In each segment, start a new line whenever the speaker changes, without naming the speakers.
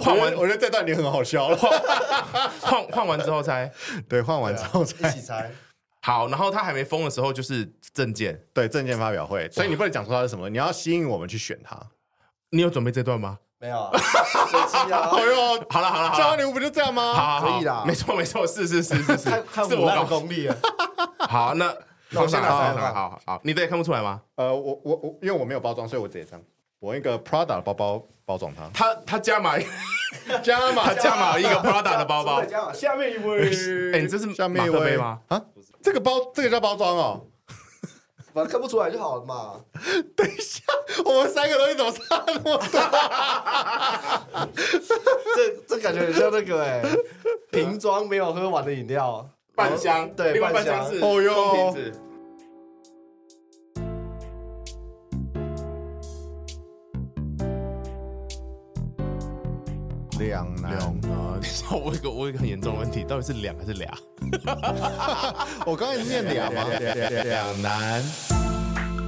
换完
我觉得这段你很好 笑。
换换完之后猜。
对，啊换完之后
一
才
起猜，
好，然后他还没封的时候就是证件，
对证件发表会，所以你不能讲出它是什么，你要吸引我们去选它。
你有准备这段吗？
没有 啊，随机啊，
哎 呦，
好了好了好
交
了，
流不就这样吗？
好好啊好
可以啦
没错没错，是是是是是
看，看
是
我
我
烂
搞
功 力啊，
好，那
那我先拿
好
三
好
吧
好好好，你这也看不出来吗？，
呃，我我我，因为我没有包装，所以我直接这样，我用一个 Prada 的包包包装它
他他加码，
加
他
码
加码一个 Prada 的包包。
这样下面一
哎，
位，
你这是
下面
马
一
克
位
杯吗？？
啊，这个包这个叫包装哦。
反正看不出来就好了嘛。
等一下，我们三个东西怎么差那么多？
这这感觉很像那个哎，瓶装没有喝完的饮料，
半箱，
对
另外哦半
半
箱
箱
是
哦哟
空瓶子。
两难。
等一下， 我有一个我有一个很严重的问题，到底是两还是俩？
我刚才念两 吗？两难。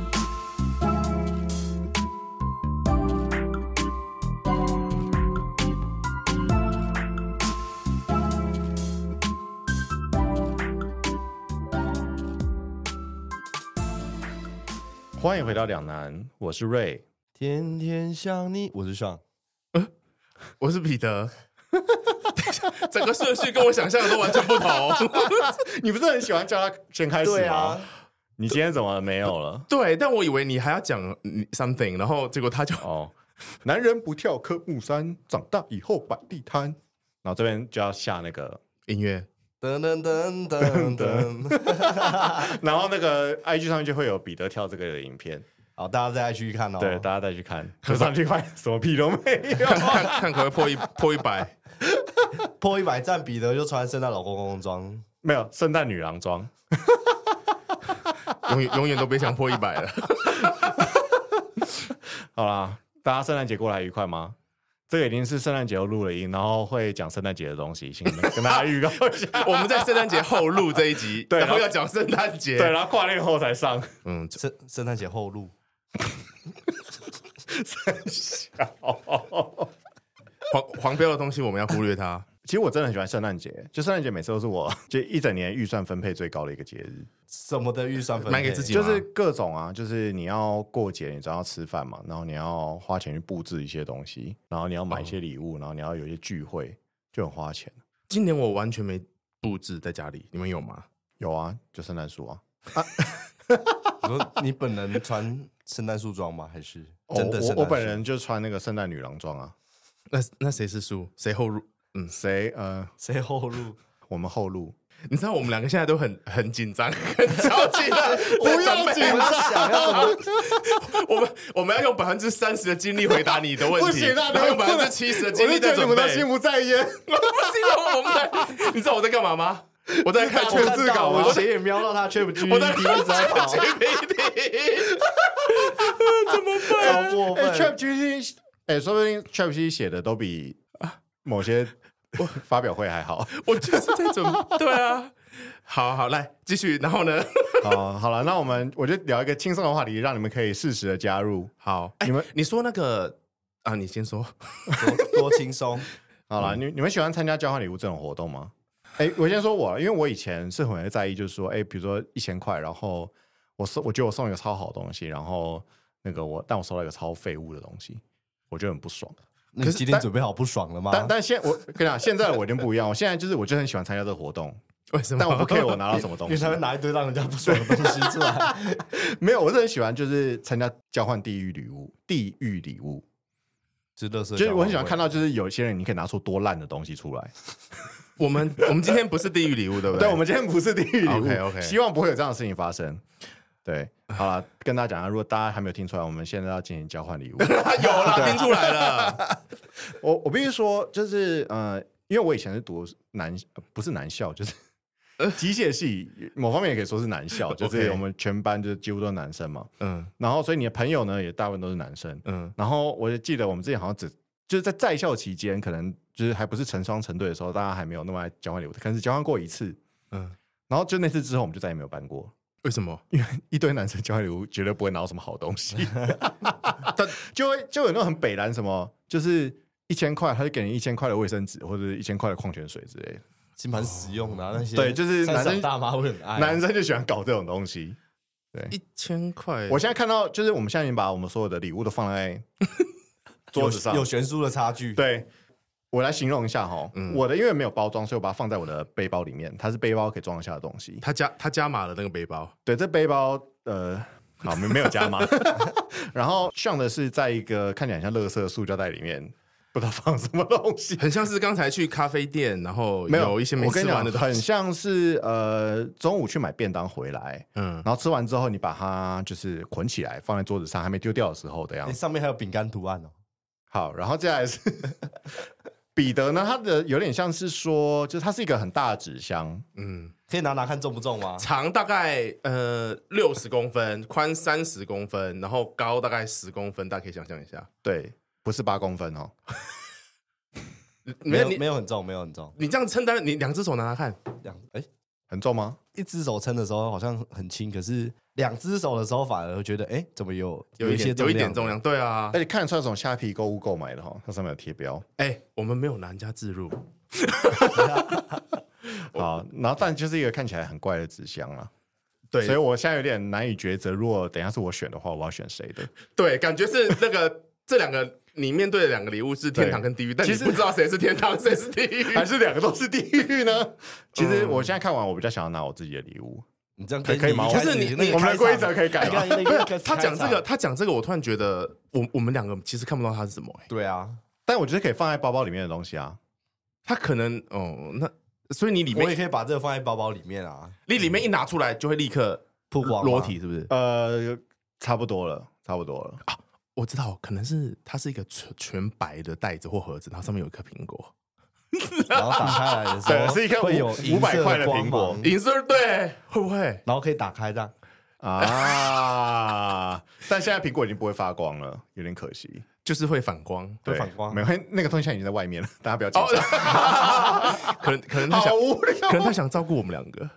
欢迎回到两难，我是瑞。
天天想你，我是上，
我是彼得。 整个顺序跟我想象的都完全不同。
你不是很喜欢叫他先开始吗？
对啊，
你今天怎么没有了？
对，但我以为你还要讲嗯 something，然后结果他就
哦，男人不跳科目三，长大以后摆地摊。然后这边就要下那个，
音乐
噔噔噔噔 噔。
然后那个 IG 上面就会有彼得跳这个的影片，
好，大家再去看哦。
对，大家再去看。可上去看什么屁都没有，
看看看可不可以破一破一百。
破一百赞，彼得就穿圣诞老公公装。
没有圣诞女郎装。
永远永远都别想破一百了。
好啦，大家圣诞节过得还愉快吗？这个已经是圣诞节后录了音，然后会讲圣诞节的东西，先跟大家预告一 下。
我们在圣诞节后录这一集，
对
然后
然后
要讲圣诞节。
对，，然后跨年后才上。
嗯，
圣圣诞节后路，
黄黄标的东西我们要忽略它。
其实我真的很喜欢圣诞节，就圣诞节每次都是我就一整年预算分配最高的一个节日。
什么的预算分
买给自己
就
吗
是各种啊，就是你要过节，你总要吃饭嘛，然后你要花钱去布置一些东西，然后你要买一些礼物，然后你要有一些聚会，就很花钱。
今年我完全没布置在家里，你们有吗？
有啊，就圣诞树啊，
你说你本人穿圣诞树装吗？还是
哦
真的圣
我
诞
我本
树
人就穿那个圣诞女郎装啊。
那那谁是输？谁后入？
谁呃，
谁后路？
我们后路
你知道我们两个现在都很很紧张，很着 急的。不
要紧
我在想要怎么
我们我们要用百分之三十的精力回答你的问题，
不行啊
然后用
你们
百
不能
分之七十的精力在准备。
不在焉。
不行啊，我们在，你知道我在干嘛吗？我在看
我
全
看
字
自搞吗
我斜眼瞄到他却不去，
我在
第一招跑，
GPT，
超过
哎
分。
，ChatGPT，哎，说不定 ChatGPT 写的都比某些发表会还好。
我就是在准备。对啊，好好来继续，然后呢？
好，好了，那我们我就聊一个轻松的话题，让你们可以适时的加入。
好，哎
你们
你说那个啊，你先说。
多多轻松，
好
嗯
了，你你们喜欢参加交换礼物这种活动吗？哎、我先说我，因为我以前是很会在意，就是说，哎、比如说一千块，然后我送，我觉得我送一个超好的东西，然后那个我，但我收到一个超废物的东西，我就很不爽。
你今天准备好不爽了吗？
但但现我跟你讲，现在我已经不一样，我现在就是我就很喜欢参加这个活 动，
为什么？
但我不 care 我拿到什么东
因为
西
他，会拿一堆让人家不爽的东西出
啊
来。
没有，我是很喜欢就是参加交换地狱礼物，地狱礼物，
是乐色，
就是我很喜欢看到就是有些人你可以拿出多烂的东西出来。
我们我们今天不是地狱礼物，对不
对，
对？
我们今天不是地狱礼物
OK，OK
希望不会有这样的事情发生。对，好了，跟大家讲一下，如果大家还没有听出来，我们现在要进行交换 礼物。
啊有啦，听出来 了。
我我必须说，就是呃，因为我以前是读男，呃不是男校，就是机械系，某方面也可以说是男 校，就
呃 OK
是我们全班就是几乎都是男生嘛。
嗯
然后，所以你的朋友呢，也大部分都是男生。
嗯，
然后我就记得我们之前好像只就是在在校期间，可能就是还不是成双成对的时候，大家还没有那么爱交换礼物，可能只交换过一次。
嗯，
然后就那次之后，我们就再也没有办过了。
为什么？
一堆男生交换礼物，绝对 不会拿到什么好东西，
但
就会就有那种很北蓝什么，就是一千块，他就给你一千块的卫生纸或者一千块的矿泉水之类的。
其实蛮实用的啊、那些
对就是
三
男生
傻大妈会很爱啊，
男生就喜欢搞这种东西。
一千块，
我现在看到，就是我们现在已经把我们所有的礼物都放在 桌子上，
有有悬殊的差距。
对我来形容一下哈，我的因为没有包装，所以我把它放在我的背包里面，它是背包可以装得下的东西。
他加他加码了那个背包，
对，这背包呃，好没没有加码， 然后上的是在一个看起来很像垃圾的塑胶袋里面，不知道放什么东西。
很像是刚才去咖啡店，然后
没
有一些没
我跟你
吃
讲
完的，东
很
西。
像是呃中午去买便当回来，
嗯，
然后吃完之后你把它就是捆起来放在桌子上，还没丢掉的时候的样
诶
子。
欸上面还有饼干图案哦，
好，然后接下来是彼得呢，他的有点像是说，就是它是一个很大的纸箱，
嗯，
可以拿拿看重不重吗？
长大概呃六十公分，宽三十公分，然后高大概十公分，大家可以想象一下。
对，不是八公分哦，
没有
有
你，
没有很重，没有很重。
你这样撑单，你两只手拿拿看，
两哎、
很重吗？
一只手撑的时候好像很轻，可是两只手的时候反而会觉得哎、诶怎么有
有一
一些
点有一点
量
重量，对啊
而。且看得出来从虾皮购物购买的哈、哦它上面有贴标。
哎，我们没有拿人家自入，
好，然后但就是一个看起来很怪的纸箱啊，
对
所以我现在有点难以抉择。如果等一下是我选的话，我要选谁的？
对，感觉是那个这两个你面对的两个礼物是天堂跟地狱，但你不知道谁是天堂，谁是地狱。
还是两个都是地狱呢？其
嗯
实我现在看完，我比较想要拿我自己的礼物。
你这样可以
可以吗
你一开始
可是你
那个
我们的
开场
规则可以改吗
你看那 个开始
他讲这
开
个，
场
他讲这个，我突然觉得我我们两个其实看不到他是什么、欸，
对啊，
但我觉得可以放在包包里面的东西啊。
他可能哦，那所以你里
我也
面
可以把这个放在包包里面啊，
你里面一拿出来就会立刻
曝光 啊
裸体，是不是？
呃，差不多了，差不多了。
我知道，可能是它是一个全全白的袋子或盒子，然后上面有一颗苹果，
然后打开来的时
对，
候
是一个
会有
五百块的
光
苹果
芒
银色对，会不会？
然后可以打开这样。
啊！但现在苹果已经不会发光了，有点可惜。
就是会反光，
会
对
反光
没关系，那个东西现在已经在外面了，大家不要紧
哦
张。，
可能可能他想
好，无聊。
可能他想照顾我们两个，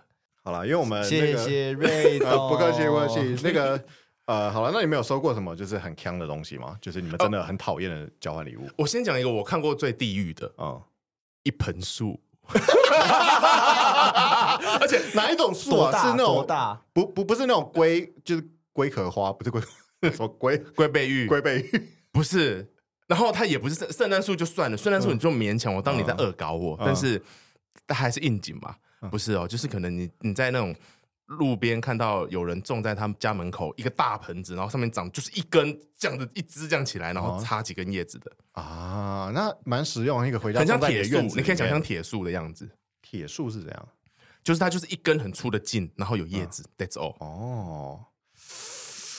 好了，因为我们呃那
谢
个
谢瑞
呃
董，
不客气不
哦
客气。那个呃，好了，那你们有收过什么就是很坑的东西吗？就是你们真的很讨厌的交换礼物？
我先讲一个我看过最地狱的
嗯，
一盆树，而且
哪一种树
多
啊？
大
是那
多
种
大？
不不不是那种龟，就是龟壳花，不是龟 什么龟
龟背玉
龟背 玉。
不是，然后它也不是圣圣诞树就算了，圣诞
嗯
树你就勉强我当你在恶搞我，但是它还是应景嘛，
嗯
不是哦，就是可能你你在那种。路边看到有人种在他们家门口一个大盆子，然后上面长就是一根这样子一支这样起来，然
哦
后插几根叶子的，
啊，那蛮实用，一个回家
很像
种在
铁
的
树
院，子
你可以
里
想
面
象铁树的样子，
铁树是怎样？
就是它就是一根很粗的茎，然后有
嗯
叶子、t h a t s all，
哦，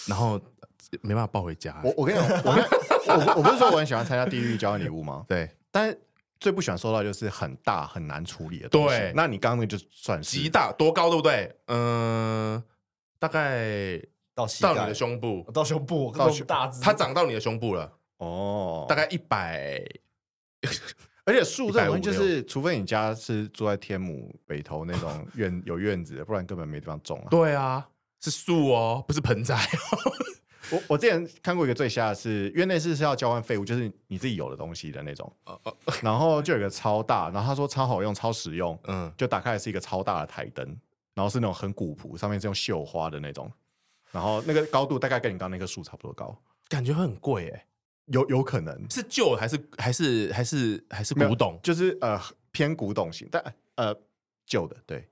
然后呃没办法抱回家、
我我跟你讲，我跟我我不是说我很喜欢参加地狱交换礼物吗？
对，
但是最不喜欢收到就是很大很难处理的东西
对
那你刚刚那个就算是
极大多高对不对？嗯、大概
到膝
到
盖，
你的胸部，
到胸部，
到
到
胸
大只，
它长到你的胸部了，
哦，
大概一百。
而且树这种东西就是，除非你家是住在天母北头那 种院有院子的，不然根本没地方种啊。
对啊，是树哦，不是盆栽。
我我之前看过一个最瞎的是，因为那次是要交换废物，就是你自己有的东西的那种，
哦
然后就有一个超大，然后他说超好用、超实用，
嗯，
就打开来是一个超大的台灯，然后是那种很古朴，上面是用绣花的那种，然后那个高度大概跟你刚刚那棵树差不多高，
感觉会很贵哎，
有有可能
是旧还是还是还是还是
没有
古 董？
就是呃偏古董型，但呃旧的，对，对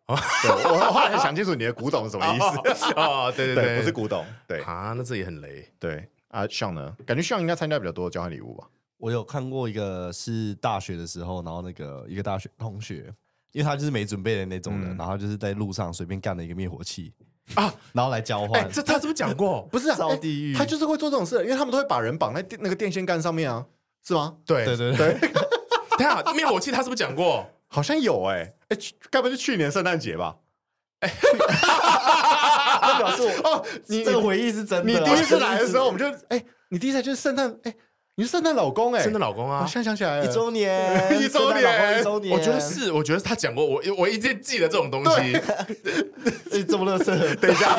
我我后来想清楚你的古董是什么意思。
哦，对
对，
对，
不是古董， 对
啊，那这也很雷。
对啊，像呢，感觉像应该参加比较多的交换礼物吧？
我有看过一个是大学的时候，然后那个一个大学同学，因为他就是没准备的那种
嗯
人，然后就是在路上随便干了一个灭火器
啊
啊，然后来交
哎、
换。
这他是不是讲过？
不是啊，
造
哎
地狱
他就是会做这种事，因为他们都会把人绑在电那个电线杆上面啊，是吗？
对
对
对，
对对，
等一下灭火器他是不是讲过？
好像有哎、哎，去该不是去年圣诞节吧？
那表示我
哦，你
这个回忆是真的。啊
你第一次来的时候，我们就哎、你第一次来就是圣诞哎，你是圣诞老公哎、
真的老公啊
我？现在想起来了
一周年，
一周年
圣诞老公一周年，
我觉得，是，我觉得他讲过，我我一直记得这种东西。
哎这么乐色，
等一下，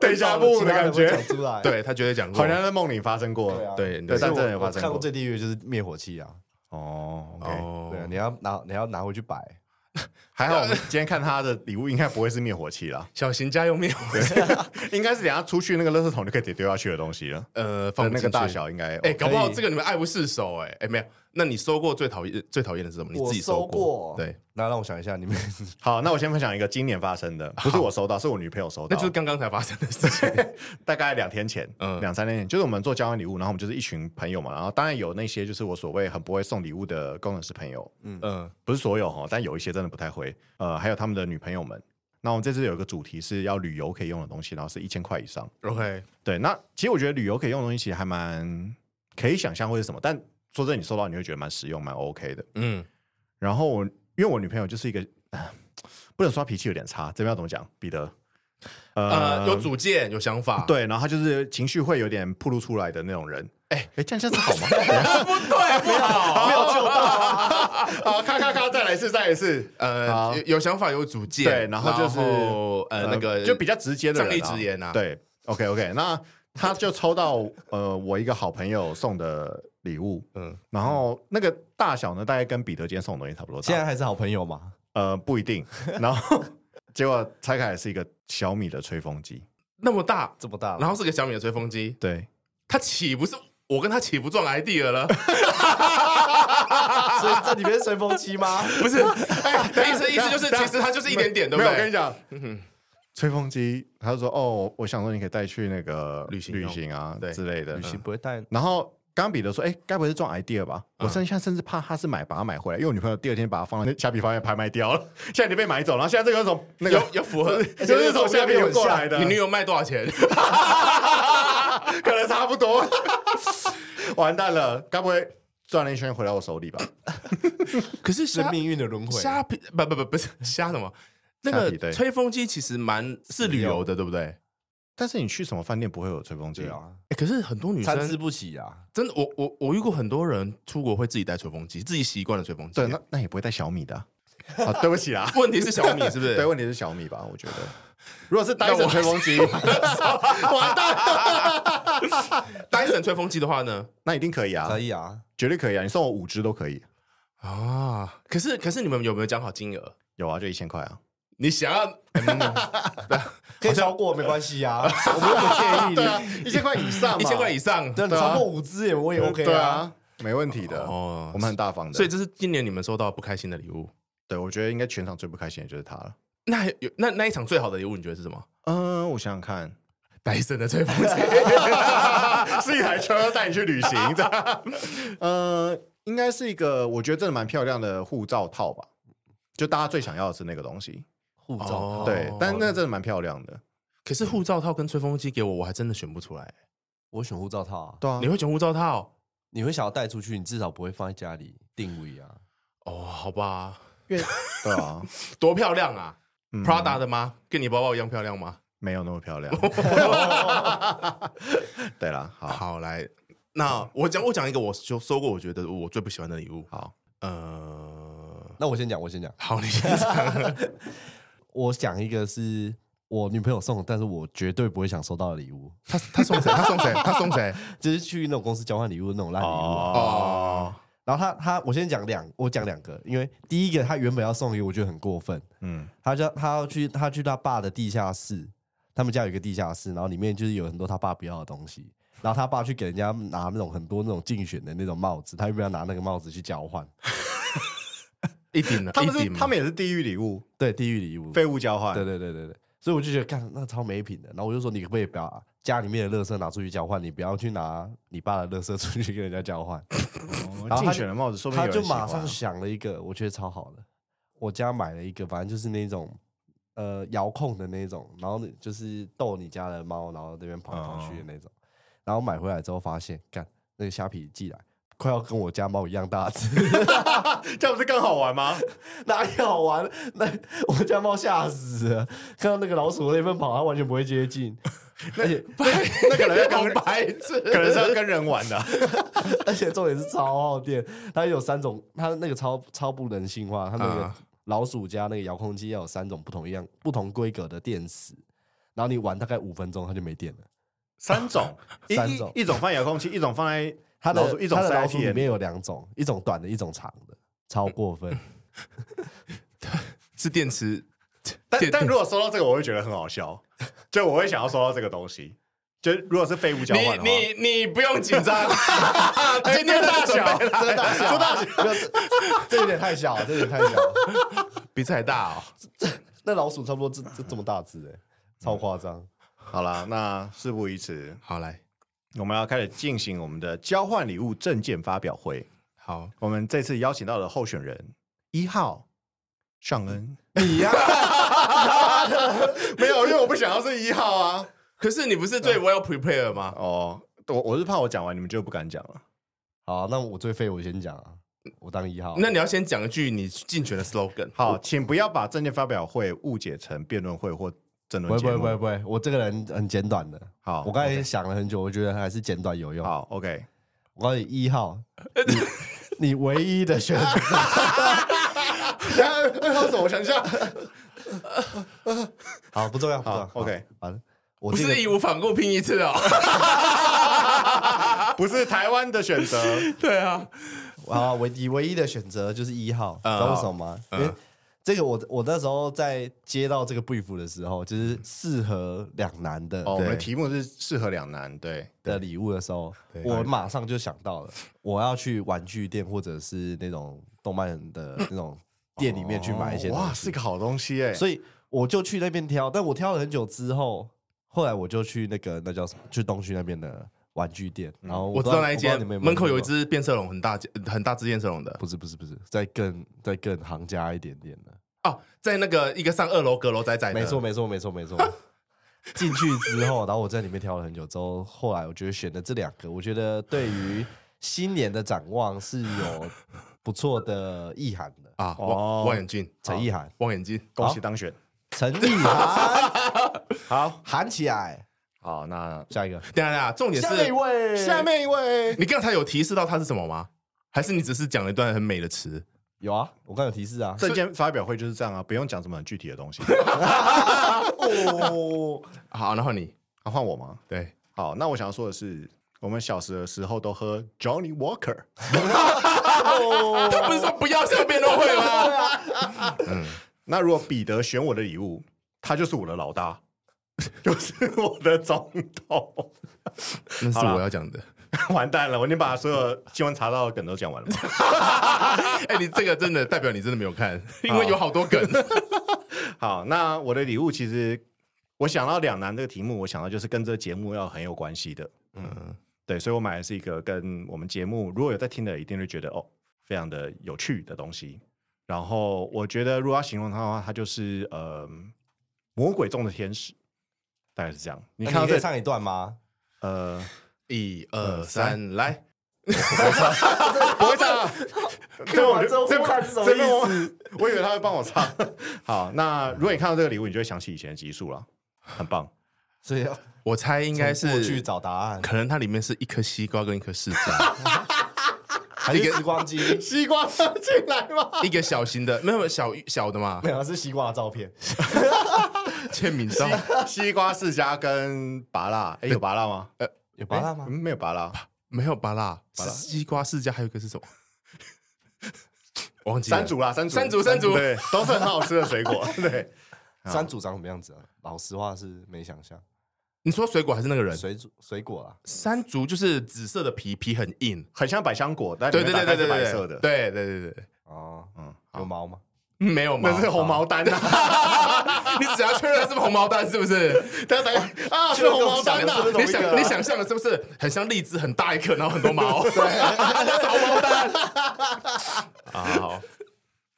等一下不的感觉
讲，出来。
对他绝对讲过，
好像在梦里发生过，
啊
对
对，但
但是
真的
我
有
我
发生
看过
过。
最地狱的就是灭火器啊，
哦，OK，
哦
对啊，你要拿你要拿回去摆，
还好我们今天看他的礼物应该不会是灭火器啦，
小型家用灭火器，
应该是等一下出去那个垃圾桶就可以丢丢下去的东西了。
呃，
放
放不
那个
进去
大。小应该，哦
哎、搞不好
可以
这个你们爱不释手哎、哎、没有，那你收过最讨厌最讨厌的是什么？你自己
收
过？对，
那让我想一下，你们
好，那我先分享一个今年发生的，不是我收到，是我女朋友收
那
到，
就是刚刚才发生的事情。
大概两天前，
嗯
两三天前，就是我们做交换礼物，然后我们就是一群朋友嘛，然后当然有那些就是我所谓很不会送礼物的工程师朋友，
嗯，
不是所有哈，但有一些真的不太会，呃，还有他们的女朋友们。那我们这次有一个主题是要旅游可以用的东西，然后是一千块以上。
OK，
对，那其实我觉得旅游可以用的东西其实还蛮可以想象会是什么，但说真的，你收到你会觉得蛮实用、蛮 OK 的。
嗯，
然后我因为我女朋友就是一个， 唉不能说她脾气有点差，这边要怎么讲，彼得？
呃，有主见，有想法，，
对，然后她就是情绪会有点暴露出来的那种人。哎哎，这样这样子好吗？
不对，不好，没有救到。
好，咔咔咔，再来一次，再来一 次。
呃，
好
有有想法，有主见，
对然后就是
呃那个
就比较直接的人、啊，
仗义直言啊
对，OK OK，那他就抽到呃我一个好朋友送的礼物，
嗯
嗯，然后那个大小呢，大概跟彼得今天送的东西差不多大。
现在还是好朋友嘛？
呃不一 定，然后结果拆开来是一个小米的吹风机，
那么大，
这么大 了，
然后是个小米的吹风机，
对，
它岂不是我跟他岂不撞 idea 了？
所以这里面是吹风机吗？
不是，意思意思就是，
等一下
其实它就是一点点，对嗯不
没有，我跟
对
你？讲，吹风机，他就说哦，我想说你可以带去那个
旅行
旅
用
行啊
对
之类的，
旅行不会带
然后刚刚彼得说：“哎，该不会是撞 idea 吧？”我甚至现在甚至怕他是买把它买回来，因为我女朋友第二天把它放在虾皮方面拍卖掉了，现在你被买走，然后现在这个从那个
有有 符合，
就是从虾皮流过来的，
你女友卖多少钱？
可能差不多， 完蛋了，该不会转了一圈回到我手里吧？
可是
是
虾
命运的轮回。
虾皮不不不不是虾什么？那
虾皮
个
对
吹风机其实蛮是旅游的，对不对？
但是你去什么饭店不会有吹风机
对？啊，
哎可是很多女
参差
生
不齐啊。
真的，我我我遇过很多人出国会自己带吹风机，自己习惯了吹风机。，
对，啊那那也不会带小米 的啊，啊对不起啦
问题是小米是不 是？
对，问题是小米吧？我觉得， 如果是
那
单
我
手吹风 机，完蛋了，
戴森吹风机的话呢？
那一定可以啊
可，以啊，
绝对可以啊，你送我五只都可以，
啊，可是可是你们有没有讲好金额？
有啊，就一千块啊。
你想要
可以超过没关系 啊，我们又不
对
介
啊
意。，
一千块以上嘛，
一千块以上？
对，你
对啊
超过五支也我也 OK
对
啊。
啊，没问题的。
哦
哦，我们很大方的，
所以这是今年你们收到不开心的礼物。
对我觉得应该全场最不开心的就是他了。
那还有那那一场最好的礼物，你觉得是什么？
嗯，我想想看，
戴森的吹风机。
是一台车带你去旅行的。 呃，应该是一个我觉得真的蛮漂亮的护照套吧，就大家最想要的是那个东西。
护
哦
照
对，但那真的蛮漂亮的。
可是护照套跟吹风机给我，我还真的选不出来。
我选护照套啊。
对啊
你，会选护照套？
你会想要带出去，你至少不会放在家里定位啊。
哦，好吧，
因为 对啊
多漂亮啊
嗯
！Prada 的吗？跟你包包一样漂亮吗？
没有那么 漂亮。对啦，好
好，来，那我讲我讲一个，我就收过我觉得我最不喜欢的礼物。
好，
呃，
那我先讲，我先讲，
好，你先讲。
我讲一个是我女朋友送的，但是我绝对不会想收到的礼物，
他他送谁？他送谁？他 送谁？
就是去那种公司交换礼物那种烂礼物啊。
哦，
然后他他，我先讲两，我讲两个，因为第一个他原本要送给我，我觉得很过分，
嗯
他叫他要去他去他爸的地下室，他们家有一个地下室，然后里面就是有很多他爸不要的东西。然后他爸去给人家拿那种很多那种竞选的那种帽子，他原本要拿那个帽子去交换，
一顶了，
他们
一
是
顶吗
他们也是地狱礼物，
对地狱礼物，
废物交换。
对对对对对，所以我就觉得干那超没品的。然后我就说你可不可以不要家里面的垃圾拿出去交换，你不要去拿你爸的垃圾出去跟人家交换。
哦
然后他
竞
就
选的帽子，说不定有
他就
人喜欢
马
啊
上想了一个，我觉得超好的。我家买了一个，反正就是那种呃遥控的那种，然后就是逗你家的猫，然后这边跑来跑去
哦
的那种。然后买回来之后发现，干那个虾皮寄来。快要跟我家猫一样大只，
这样不是更好玩吗？
哪里好玩？那我家猫吓死了，看到那个老鼠在那边跑，它完全不会接近，而且
那可能要
好
跟
白痴。
可能是要跟人玩的啊、
而且重点是超耗电，它有三种，它那个超超不人性化，它那个
啊
老鼠加那个遥控器要有三种不同一样、不同规格的电池，然后你玩大概五分钟它就没电了。
三种，一
三种
一一种放遥控器，一种放在
它的
老鼠一种
它的老
variety
鼠里面有两种，一种短的，一种长的，超过分。
是电池，
但
电
但如果收到这个，我会觉得很好笑，就我会想要收到这个东西。就如果是废物交换的话，
你你你不用紧 张，
哎
今天
大小
准备
这个大小，这大小，这有点太小了，这有点太小了。
比这还大哦。
那老鼠差不多这这这么大只哎、超夸张。
好了，那事不宜迟，
好来，
我们要开始进行我们的交换礼物证件发表会。
好，
我们这次邀请到的候选人一号尚恩，
你呀、
没有，因为我不想要是一号啊。
可是你不是最 well prepared 吗？
哦，我我是怕我讲完你们就不敢讲了。
好，那我最废，我先讲啊，我当一号。
那你要先讲一句你竞选的 slogan。
好，请不要把证件发表会误解成辩论会或争
不
论
会
节
不
目。
会不会不会，我这个人很简短的。
好
我刚才
OK
想了很久，我觉得还是简短有用。
好，OK，
我告诉你，一号，你你唯一的选择，
二号走，我想一下。
好，不重要，不重要
好。，OK，
好了，我
不
这个
是义无反顾拼一 次哦。
不是台湾的选 择。
对啊，
啊，唯你唯一的选择就是一号，知道为什么吗？因为这个我我那时候在接到这个 brief 的时候，就是适合两难的
哦，我们的
对
题目是适合两难，对，
的礼物的时候，我马上就想到了，我要去玩具店或者是那种动漫的那种店里面去买一些
哦
东
哇，
西
是，个好东西哎。
所以我就去那边挑，但我挑了很久之后，后来我就去那个那叫什么，去东区那边的玩具店，然后
我知
知
道
道
那一
我不知道
间
你们有没
门口
听
有一
过
只变色龙，很大很大只变色龙的
不是不是不是，再更再更行家一点点的。
哦，在那个一个上二楼阁楼仔仔的，
没错，没错，没错， 没错。进去之后，然后我在里面挑了很久，之后后来我觉得选的这两个，我觉得对于新年的展望是有不错的意涵 的。
啊，
哦
望望远镜，啊
陈意涵，
望远镜，
恭喜当选。
陈意 涵，
好，
喊起来！
好，那
下一个，
等一下等一下，重点
下一
是
位，
下面一位
你刚才有提示到它是什么吗？还是你只是讲了一段很美的词？
有啊，我刚有提示啊。
证件发表会就是这样啊，不用讲什么很具体的东西。
哦，
好，然后你
啊，换我吗？
对，
好，那我想要说的是，我们小时的时候都喝 Johnny Walker，
他不是说不要像辩论会吗？
那如果彼得选我的礼物，他就是我的老大， 就是我的总统。
那是
好啦
我要讲的。
完蛋了，我已经把所有新闻查到的梗都讲完了。
哎，你这个真的代表你真的没有看，因为有好多 梗。
好，那我的礼物其实我想到两难这个题目，我想到就是跟这个节目要很有关系的。
嗯，
对，所以我买的是一个跟我们节目如果有在听的，一定会觉得哦，非常的有趣的东西。然后我觉得，如果要形容它的话，它就是呃，魔鬼中的天使，大概是这样。你
哎你
看到
可以
这
唱一段吗？
呃，
一二三，来，
不会唱 啊，这我就
看完之后
这
看
这我我以为他会帮我唱。好，那如果你看到这个礼物，你就会想起以前的集数了，很棒。
所以要
我猜应该
从过去
是，
找 答案，
可能它里面是一颗西瓜跟一颗柿子，啊
还是时光机？
西瓜放进来吗？
一个小型的，没有小小的嘛，
没有，是西瓜的照片。
签名照。
西瓜世家跟拔辣，哎，有拔辣吗？
有拔蜡吗
嗯？没有拔辣，
没有芭拉，
芭
是
乐
西瓜世家，还有一个是什么？我忘记了。
山竹啦，山竹，
山竹山竹
对，都是很好吃的水 果。对，
三组长什么样子啊？老实话是没想象。
你说水果还是那个人？
水煮水果啊，
山竹就是紫色的皮，皮很硬。
很像百香果，但里
对
面
对对对
打开
对
是白
对，
色的，
对对对对，
哦，
嗯，
有毛吗？
嗯没有毛
那是。红毛丹啊，
你只要确认是不是红毛丹，是不是？
大家打开啊，是红毛丹啊，
你想你想象的是不是很像荔枝，很大一颗，然后很多毛？对， 是红毛丹。 啊
好好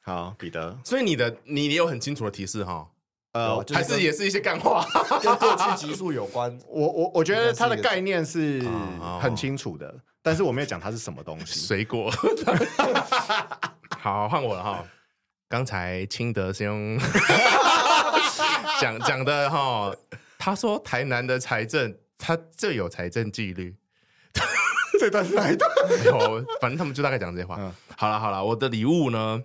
好，彼得，
所以你的你你有很清楚的提示哈，
有啊
呃，
就
还是也是一些干话？
跟过去集数有 关。
我我我觉得它的概念是
哦
很清楚的，但是我没有讲它是什么东 西。
水果。好，换我了哈。刚才清德兄 讲讲的哈，他说台南的财政，他最有财政纪律。
这段是哪一段？
有，反正他们就大概讲这些话。
嗯
好了好了，我的礼物呢，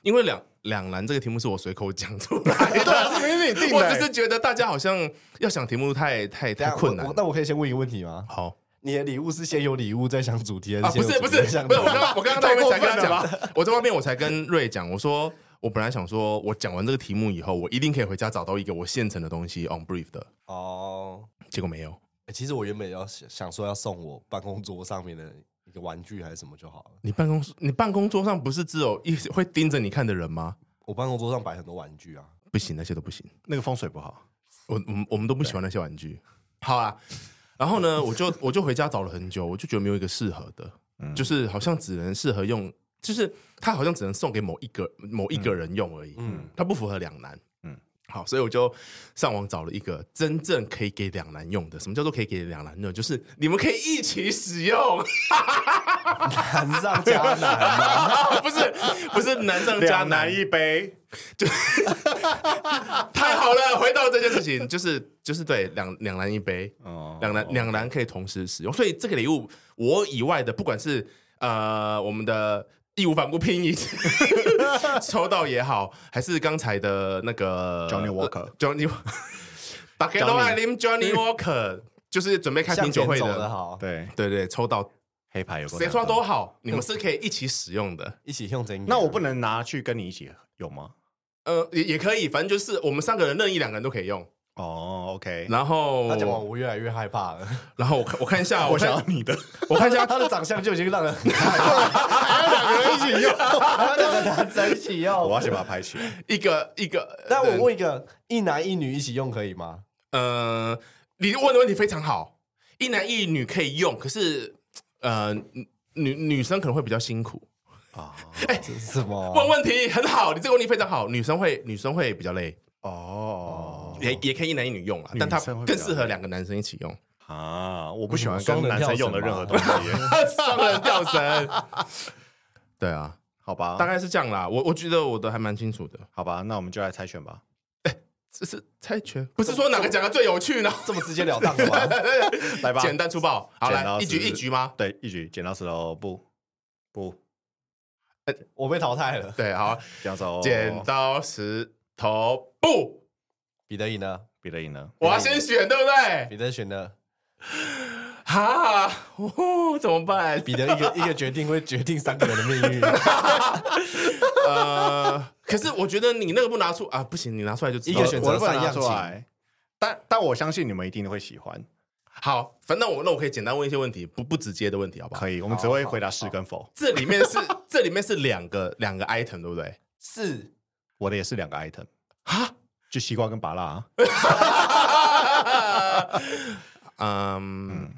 因为两两难这个题目是我随口讲出来
对啊，
的，
是明明你定的
我
欸。
只是觉得大家好像要想题目太太
等
太
下
困
啊我
难
我。那我可以先问一个问题吗？
好，
你的礼物是先有礼物再想主题，
啊，
还
不
先
是
有
不
主
是，不
题再
是我
想礼物
刚刚我 刚刚在
太
外面
过
才跟
分
他
了
讲， 我在外面我才跟瑞讲，我说我本来想说，我讲完这个题目以后，我一定可以回家找到一个我现成的东西 on brief 的，
哦、
结果没有。
欸其实我原本要想想说要送我办公桌上面的一个玩具还是什么就好了。
你办公室你办公桌上不是只有一会盯着你看的人吗？
我办公桌上摆很多玩具啊，
不行，那些都不行。
那个风水不好，
我我们我们都不喜欢那些玩具。好啊，然后呢，我就我就回家找了很久，我就觉得没有一个适合的，
嗯
就是好像只能适合用，就是它好像只能送给某一个某一个人用而已，
嗯
它不符合两难，
嗯
好，所以我就上网找了一个真正可以给两难用的。什么叫做可以给两难用？就是你们可以一起使用，
难上加难 嘛。
不是不是难上加
啊两
难
男，一杯，
太好了。回到这件事情，就是就是对两两难一杯，
哦
两栏两栏可以同时使用，所以这个礼物我以外的，不管是呃我们的义无反顾拼一 抽到也好，还是刚才的那个呃
Johnny Walker
Johnny，打开
Johnny
罗爱林 Johnny Walker，就是准备开品酒会
向前走得
的，
好，
对
对对，抽到
黑牌有个
谁抽到都好，你们是可以一起使用的。
一起用这个。
那我不能拿去跟你一起有吗？
呃，也也可以，反正就是我们三个人任意两个人都可以用。
哦，OK，
然后
他，讲完，我越来越害怕 了。
然后我看我看一下，我
我想
看
要你的，
我看一下
他的长相就已经让 人很害
两个人一起用，
怕，两个男在一起
我
用。
要先把它拍起来。
一个一个。
那我问一个，一男一女一起用可以吗？
呃，你问的问题非常好，一男一女可以用，可是呃，女女女生可能会比较辛苦。
啊，
这是什么啊？
哦
问问题很好，你这个问题非常好，女生会女生会比较累，
哦，
也也可以一男一女用啊，
女
但
生
它
会比较
更适合两个男生一起用，
啊，我不喜欢跟男生用的任何东西，
双人吊绳。对啊，
好吧？
大概是这样啦。我我觉得我的还蛮清楚的，
好吧，那我们就来猜拳吧。
这是猜拳，不是说哪个讲的最有趣呢？
这么直截了当 的 吗？
来吧，
简单粗暴，好
剪刀
来
石
一局一局吗？
对，一局剪刀石头布，不，
我被淘汰了，
对，好，
剪刀石头
剪刀石头布。
彼得赢了，
比得赢呢？
我要先选，对不对？
彼得选了，
哈，哦，怎么办？
彼得一 个一个决定会决定三个人的命 运。
呃，可是我觉得你那个不拿出啊，不行，你拿出来就知
一
道
个
了。
选
我
择
我不
三
能拿
样
出来，但但我相信你们一定会喜欢。
好，反正我那我可以简单问一些问题，不不直接的问题，好不好？
可以，我们只会回答是跟否。
这里面是 这里面是两个两个 item，对不 对？
是
我的也是两个 item，
哈，
就西瓜跟芭乐啊。
嗯，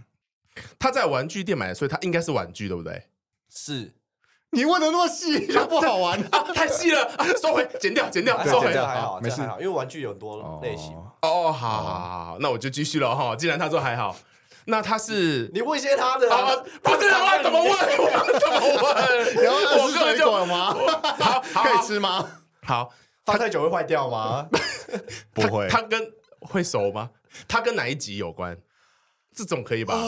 他在玩具店买的，所以他应该是玩具，对不对？
是，
你问的那么细，就不好玩。
啊，太细了，啊收回，剪掉，剪掉，
哎
收
这
回。
个
哦
还好，
没
这
事
个还好，因为玩具有很多类型。
哦，好好好好，那我就继续了哈。既然他说还好，那他是
你问一些他
呃
的
啊
啊，，
不是我怎么问？我怎么 问？
然后
我
是
根本
水
就
果吗？
好好
可以吃 吗？
好，
放太久会坏掉吗？
不会
他跟会熟吗？他跟哪一集有关？这种可以吧？后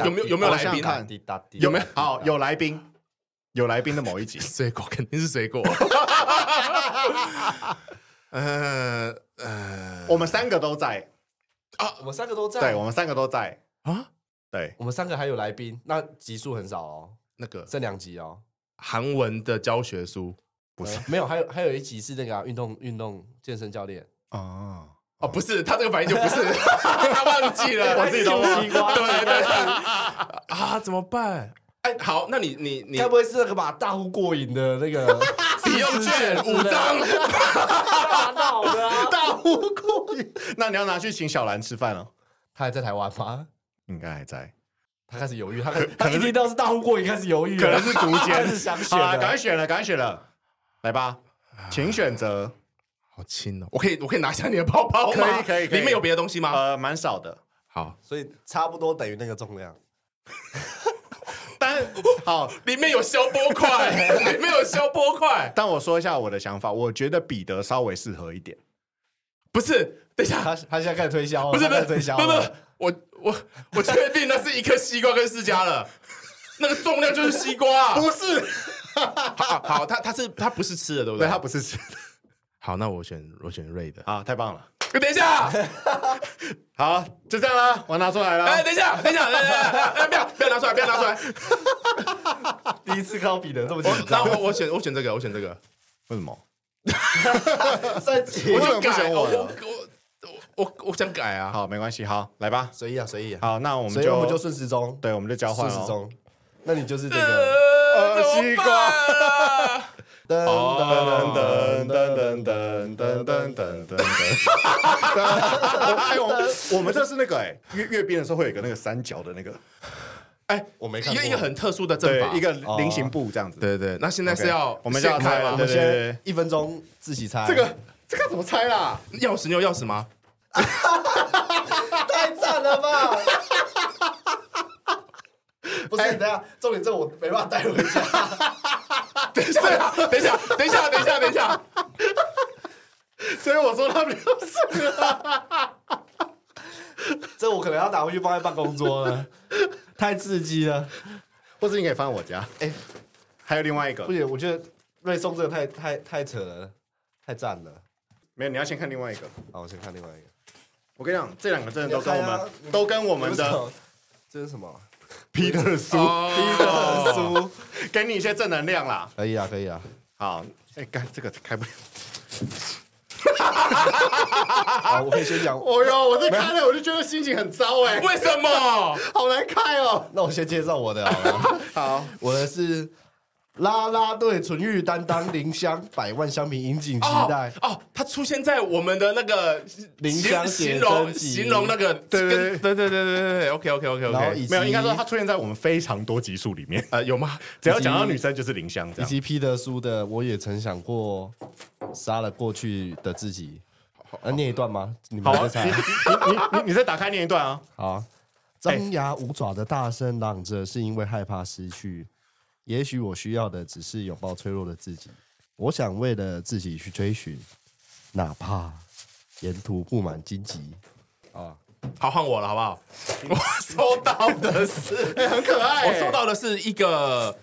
有没有有没有
我想
来
想
宾？。
看
滴答滴
呃
答
有没有？好，有来宾，有来宾的某一集
水果肯定是水果。 呃呃，
我们三个都在，
我们三个都在，
对我们三个都在，
啊，
对，
我们三个还有来宾，那集数很少哦，
那个
剩两集哦。
韩文的教学书
不是
呃没有，还有还有一集是那个啊运动运动健身教练，
哦，
哦，不是他这个反应就不 是，他忘记了，
我自己都忘了
对对对啊，怎么办？哎，好，那你你你
该不会是那个把大呼过瘾的那个
抵用券五张，
大闹的啊？
大呼过瘾。那你要拿去请小兰吃饭哦，
他还在台湾吗？
应该还在，
他开始犹豫，他开他一听到是大呼过瘾，开始犹豫了，
竹
开始想
好
选
啦赶快
了。
选了，赶快选了，来吧，
啊
请选择，
好轻哦！我可以，我可以拿下你的包包
可
吗？
以可以可以
里面有别的东西吗？
呃，蛮少的，
好，
所以差不多等于那个重量，
但好，
里面有消波 块，里面有消波块，
但我说一下我的想法，我觉得彼得稍微适合一点，
不是？等一下，
他他现在开始推销了，
不是
他
不
开
是
始
不
推
是
销
不
了
是，，我我我确定那是一颗西瓜跟释迦了，那个重量就是西瓜 啊。
不是，
好，好，它它是它不是吃的，对不
对
对？
他不是吃的，
好，那我选我选瑞的。
好，太棒了，
等一下，
好，就这样啦，我拿出来
哎，
了。
等一下，等一下，等一下，哎不要不要拿出来，不要拿出来。
第一次看到比人这么紧
我那
张，
我我选我选这个，我选这个。
为什么？
生气
我
我
就
就
很不
改，
想
我
我
我
了
我我我想改啊。
好，没关系，好，来吧。
随意啊，随意啊。
好，那我们
所以
就
我们就顺时钟，
对，我们就交换哦
顺时
了。
钟。那你就是这 个
呃
呃
怎
西
么
瓜
办啊
噔
哦噔
噔
噔噔
噔噔
噔噔
噔噔
噔
噔
噔噔
噔，
噔。哎，我我们这是那个哎，阅阅兵的时候会有一个那个三角的那个，
哎，
我没看
一
过
个一个很特殊的阵
对
法，，
一个菱形布这样子。
对对。那现在是
OK，
要
我们就
现
要
开
开
吗
了
我？
对
们
对对
先一分钟自己猜。
这个这个怎么猜啦？
钥匙你有钥匙吗？
太惨了吧！ 不
哎
是，等一下，重点这我没办法带回家。
等一下，等一下，等一下，等一下，等一下。
所以我说他没有
这我可能要拿回去放在办公桌了， 太刺激了。
或者你可以放我家。哎，还有另外一个
不，行，我觉得瑞松这个太太太扯了，太赞了。
没有，你要先看另外一个。
好，我先看另外一个。
我跟你讲，这两个真的都跟我
你要
们
看啊
都跟我们的
这是什么？
皮特苏
哦
书
给你一些正能量啦。
可以啊，可以啊。
好，哎，干这个开不了。
好，我可以先讲，
哦哟，我这开了我就觉得心情很糟哎，
为什么？
好难开哦。
那我先介绍我的好了。
好，
我的是啦啦队纯欲担当林香，百万香民引颈期待
哦。哦，它出现在我们的那个
林
形
香
形
写
容
真集
形容那个
对对
跟对对对对对对，OK OK OK
然后以
OK，
及
没有，应该说它出现在我们非常多集数里面，
呃有吗？
只要讲到女生就是林香这
以
样。
及彼得苏的，我也曾想过杀了过去的自己。那念一段吗？你们
好啊
在，猜
你
啊。
你你你你再打开念一段啊。
好啊，张牙舞爪的大声嚷着，是因为害怕失去。也许我需要的只是拥抱脆弱的自己。我想为了自己去追寻，哪怕沿途布满荆棘。
好换我了好 不好？我收到的是很可
哎爱
我收到的是一个，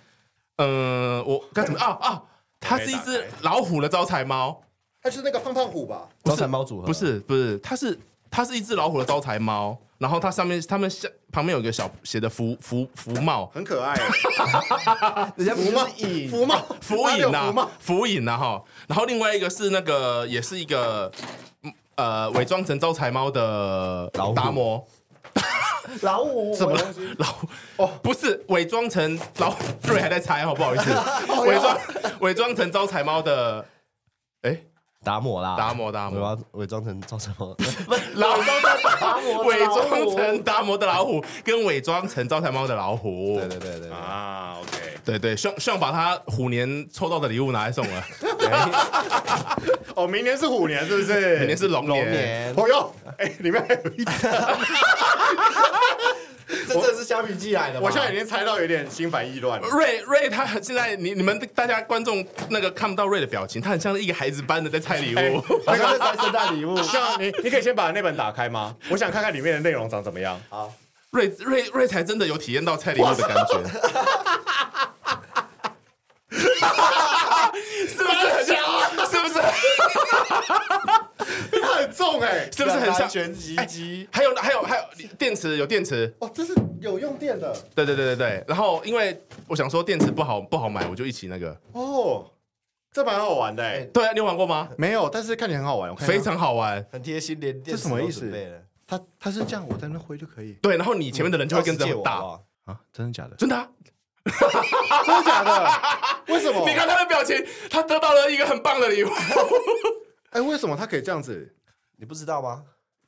嗯，我该怎么啊啊？它是一
我没
只
打开
老虎的招财猫，
它就是那个胖胖虎吧？
招财猫组合
不是不是，它是它是一只老虎的招财猫，然后它上面它们下旁边有一个小写的福福福帽，
很可爱 欸，
人家不是以
福帽
浮
哪里有
影
福啊
呐
帽，
浮影呐哈。然后另外一个是那个，也是一个嗯呃伪装成招财猫的
老虎
达摩
老五什么
老哦，不是伪装成老瑞还在猜 哦，不好意思，伪装伪装成招财猫的。哎，
达摩啦，
达摩达摩
我要伪装成招财猫，
老
达摩
伪装成达摩的老虎，跟伪装成招财猫的老虎，
对对对对对，
啊，OK，
对对，希望希望把他虎年抽到的礼物拿来送 了，
哦，明年是虎年是不是？
肯定是龙
龙年，
哦哟，哎，里面还有一集，
这真的是虾米寄来的吗
我现在已经猜到有点心烦意乱了。
瑞瑞他很现在你你们大家观众那个看不到瑞的表情，他很像一个孩子般的在拆
哎
礼物。
好像是圣诞礼物。
像啊你，你可以先把那本打开吗？我想看看里面的内容长怎么样。
好，
瑞瑞瑞才真的有体验到拆礼物的感 觉，是不是很像？是不是？
它很哎重哎，
是不是很像？
全集集？
还有还有还有电池有电池，
哦，这是有用电的
对对对对对。然后因为我想说电池不好不好买，我就一起那个。
哦，这蛮好玩的哎。
对啊，你有玩过吗？
没有，但是看起来很好玩，我
啊
看一下
非常好玩。
很贴心，连电
这什么意思
池都准备了
它它是这样，我在那挥就可以
对，然后你前面的人就会跟着
钥匙借我好不
打，
好
啊？真的假的？
真的啊。
真的假的？ 为什么
哦
你看他的表情，他得到了一个很棒的礼 物。
哎，为什么它可以这样子？
你不知道吗？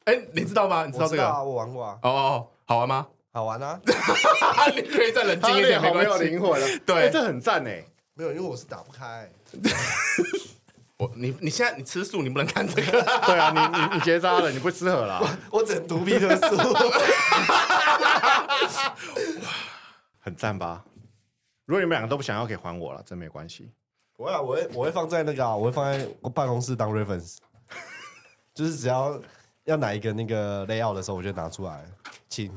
哎，你知道吗？你知
我
道这
知
个？
道啊，
哦
我玩过啊，
哦，哦好玩吗？
好玩啊。
你可以再冷静
它
一
脸
点，
好没
关
有
系。
灵魂了。
对
哎这很赞哎。
没有，因为我是打不开。
我你你现在你吃素，你不能看这个。
对啊，你你你结扎了，你不适合啦，
我只能读彼得书。
很赞吧？如果你们两个都不想要，可以还我了，真没关系。
我会啊我会我会放在那个啊，我会放在我办公室当 reference，就是只要要哪一个那个 layout 的时候，我就拿出来。请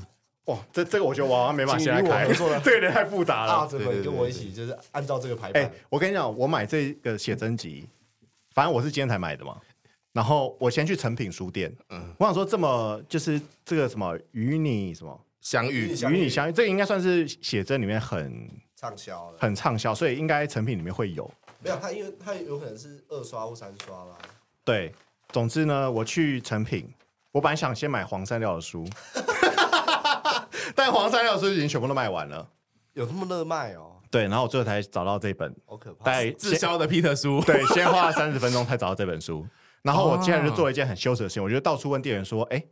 哇，哦这这个我觉得我好像没办法现在
请
开
与我合 作的，
这个有点太复杂了
大。子们啊跟我一起，就是按照这个排
哎、
版。
我跟你讲，我买这个写真集，反正我是今天才买的嘛。然后我先去诚品书店，
嗯
我想说这么就是这个什么与你什么
相遇
相
与
遇
你相遇，这个应该算是写真里面很
畅销了。
很畅销，所以应该成品里面会有。
没有，他因为他有可能是二刷或三刷啦。
对，总之呢，我去成品，我本来想先买黄山料的 书，但黄山料的书已经全部都卖完了。
有那么热卖哦，
对，然后我最后才找到这本，
好可怕。
大概
滞
先
销的 Peter 书，
对，先花了三十分钟才找到这本书。然后我接下来就做了一件很羞耻的事情，我就到处问店员说：“哎，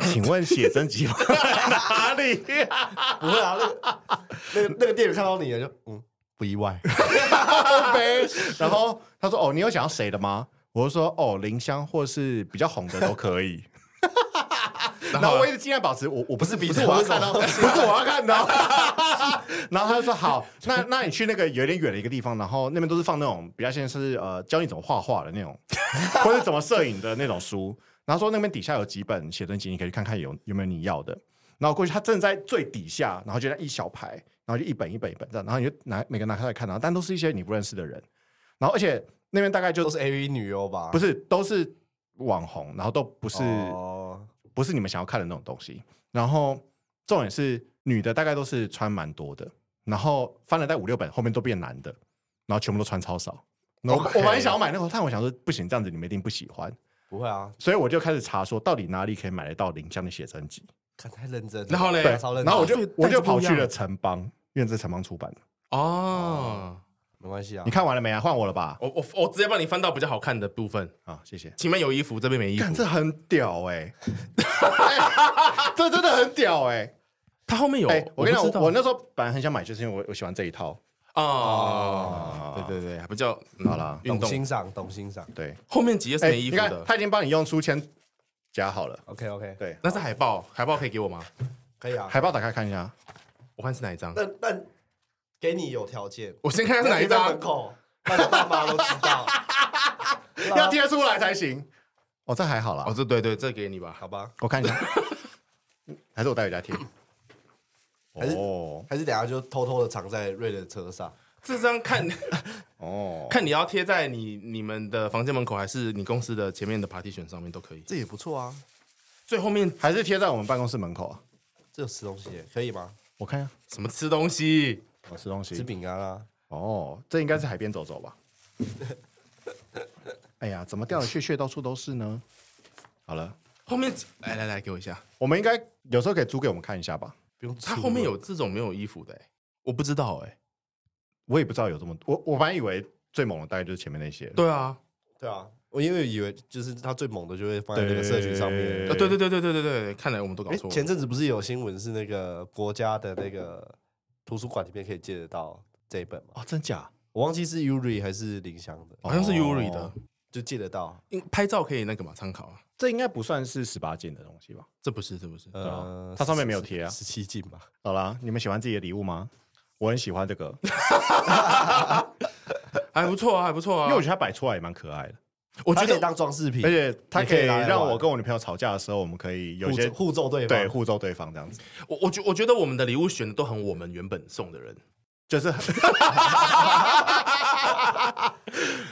请问写真集放在 哪里呀、
不会啊，那个那个那个店员看到你了就嗯不意外，
然后他说：“哦，你有想要谁的吗？”我就说：“哦，林香或是比较红的都可以。” 然后我一直尽量保持我我不是鼻
不
子，
是
我要
我
看 到，不是我要看到。然后他就说：“好，那那你去那个有点远的一个地方，然后那边都是放那种比较像是呃教你怎么画画的那种，或者怎么摄影的那种书。”然后说那边底下有几本写真集，你可以去看看有有没有你要的。然后过去，他正在最底下，然后就在一小排，然后就一本一本一本这样，然后你就拿每个拿开来看，然后但都是一些你不认识的人，然后而且那边大概就
都是 AV 女优吧？
不
是，
是都是网红，然后都不是、
哦，
不是你们想要看的那种东西。然后重点是女的大概都是穿蛮多的，然后翻了带五六本，后面都变男的，然后全部都穿超少。然后我
OK
我本来想要买那个，但我想说不行，这样子你们一定不喜欢，
不会啊，
所以我就开始查说到底哪里可以买得到林香的写真集。
看太认真了。
然后嘞
对，
超认真
然后我就
所以
我就
袋子不
跑
一
去
样
了城邦，因为这是城邦出版的。
哦。
没关系啊，
你看完了没啊？换我了吧？
我我我直接帮你翻到比较好看的部分，
啊，谢谢。
前面有衣服，这边欸没衣
干，
服。
这很屌哎、 这真的很屌哎、
它后面有，
哎、我跟你
不
讲，
知道
我我那时候本来很想买，就是因为我我喜欢这一套。啊
哦，对对对，还不叫
好啦
运
懂
动。
欣赏，懂欣赏。
对，
后面几页是
哎、
没衣
你
服
看
的，
他已经帮你用书签夹好了。
OK OK，
对，
那是海报，海报可以给我吗？
可以啊。
海报打开看一下。
我看是哪一张
那。那给你有条件，
我先看看是哪一
在
张
门。口，让你爸妈都知 道。
啊
要贴出来才行。哦，这还好啦，
哦，这对对，这给你吧。
好吧？
我看 一下，还是我带回家贴。
还是
哦
还是等下就偷偷的藏在瑞的车上，
这张看
哦，
看你要贴在你你们的房间门口，还是你公司的前面的 partition 上面都可以。
这也不错啊。
最后面
还是贴在我们办公室门口啊。
这有吃东西耶可以吗？
我看一下，
什么吃东西？
我吃东
吃
西。
饼干啊，
哦，这应该是海边走走 吧？哎呀，怎么掉的屑屑到处都是呢？好了，
后面来来来，给我一下。
我们应该有时候可以租给我们看一下吧。
不用吃
它
了。
后面有这种没有衣服的、欸，我不知道哎、
我也不知道有这么多，我我本来以为最猛的大概就是前面那些。
对啊，
对啊，我因为以为就是他最猛的就会放在那个社群上面
对
呃，。对对对对对对对，看来我们都搞
哎，
错了。
前阵子不是有新闻是那个国家的那个图书馆里面可以借得到这一本吗？
哦，真假？
我忘记是 Yuri 还是林香的，
好像是 Yuri
哦
的，
就借得到。
因拍照可以那个嘛参考啊。
这应该不算是十八禁的东西吧？
这不是，这不是。
呃，
它上面没有贴啊
十七禁吧？
好啦，你们喜欢自己的礼物吗？我很喜欢这个，
还不错啊，还不错啊。
因为我觉得它摆出来也蛮可爱的，
我
它
觉
可以
得
当装饰品，
而且它嗯可以
也可以拿来玩
让我跟我女朋友吵架的时候，我们可以有一
互
些
揍互揍对方。
对互揍对方这样子，
我我觉我觉得我们的礼物选的都很我们原本送的人。
就是 很，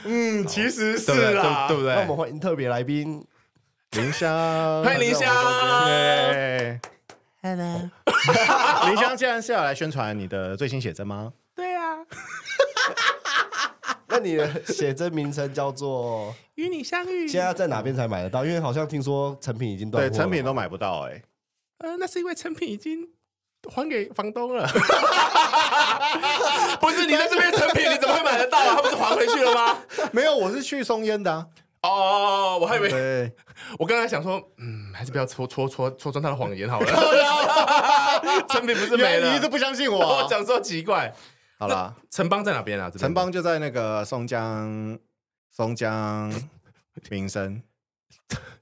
嗯，其实是
对不对
啦，
对不对
啊那我们欢迎特别来宾，
林 香，
欢迎林香
对，
Hello，
林香，既然是要来宣传你的最新写真吗？
对啊，
那你的写真名称叫做？
与你相遇，
现在在哪边才买得到？因为好像听说成品已经断
对，
货了
成品都买不到哎、
呃，那是因为成品已经还给房东了。
不是你在这边成品，你怎么会买得到啊？他不是还回去了吗？
没有，我是去松烟的、啊，
哦，我还以为
对，
我刚才想说，嗯，还是不要戳戳戳戳穿他的谎言 好了。成品不是没
原来你
了
一直，不相信 我、啊
我讲说奇怪。
好 啦，
城邦在哪边啊？这边
城邦就在那个松江，松江民生，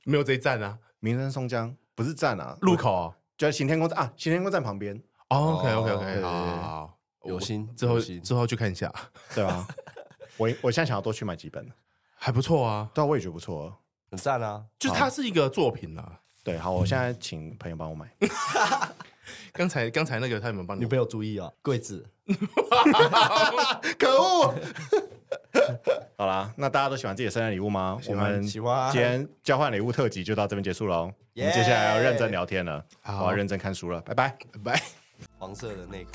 没有这一站啊，
民生松江不是站啊，
路口哦。
就在行天宫站啊，行天宫站旁边，
哦 OK OK
对
OK，
对对
好好好，
有心
我之后
有心
之后去看一下，
对啊，我我现在想要多去买几本，
还不错啊。
对啊，我也觉得不错哦。
很赞啊！
就是它是一个作品啊。
对，好，我现在请朋友帮我买。
刚才刚才那个他有没有帮你
女？朋友注
哦
意啊，柜子
可恶！好啦，啦，那大家都喜欢自己的生日礼物吗？我们
喜欢
今天交换礼物特辑就到这边结束喽。我
耶
们接下来要认真聊天了，我
好
要认真看书了，拜拜。
拜。
黄色的内裤。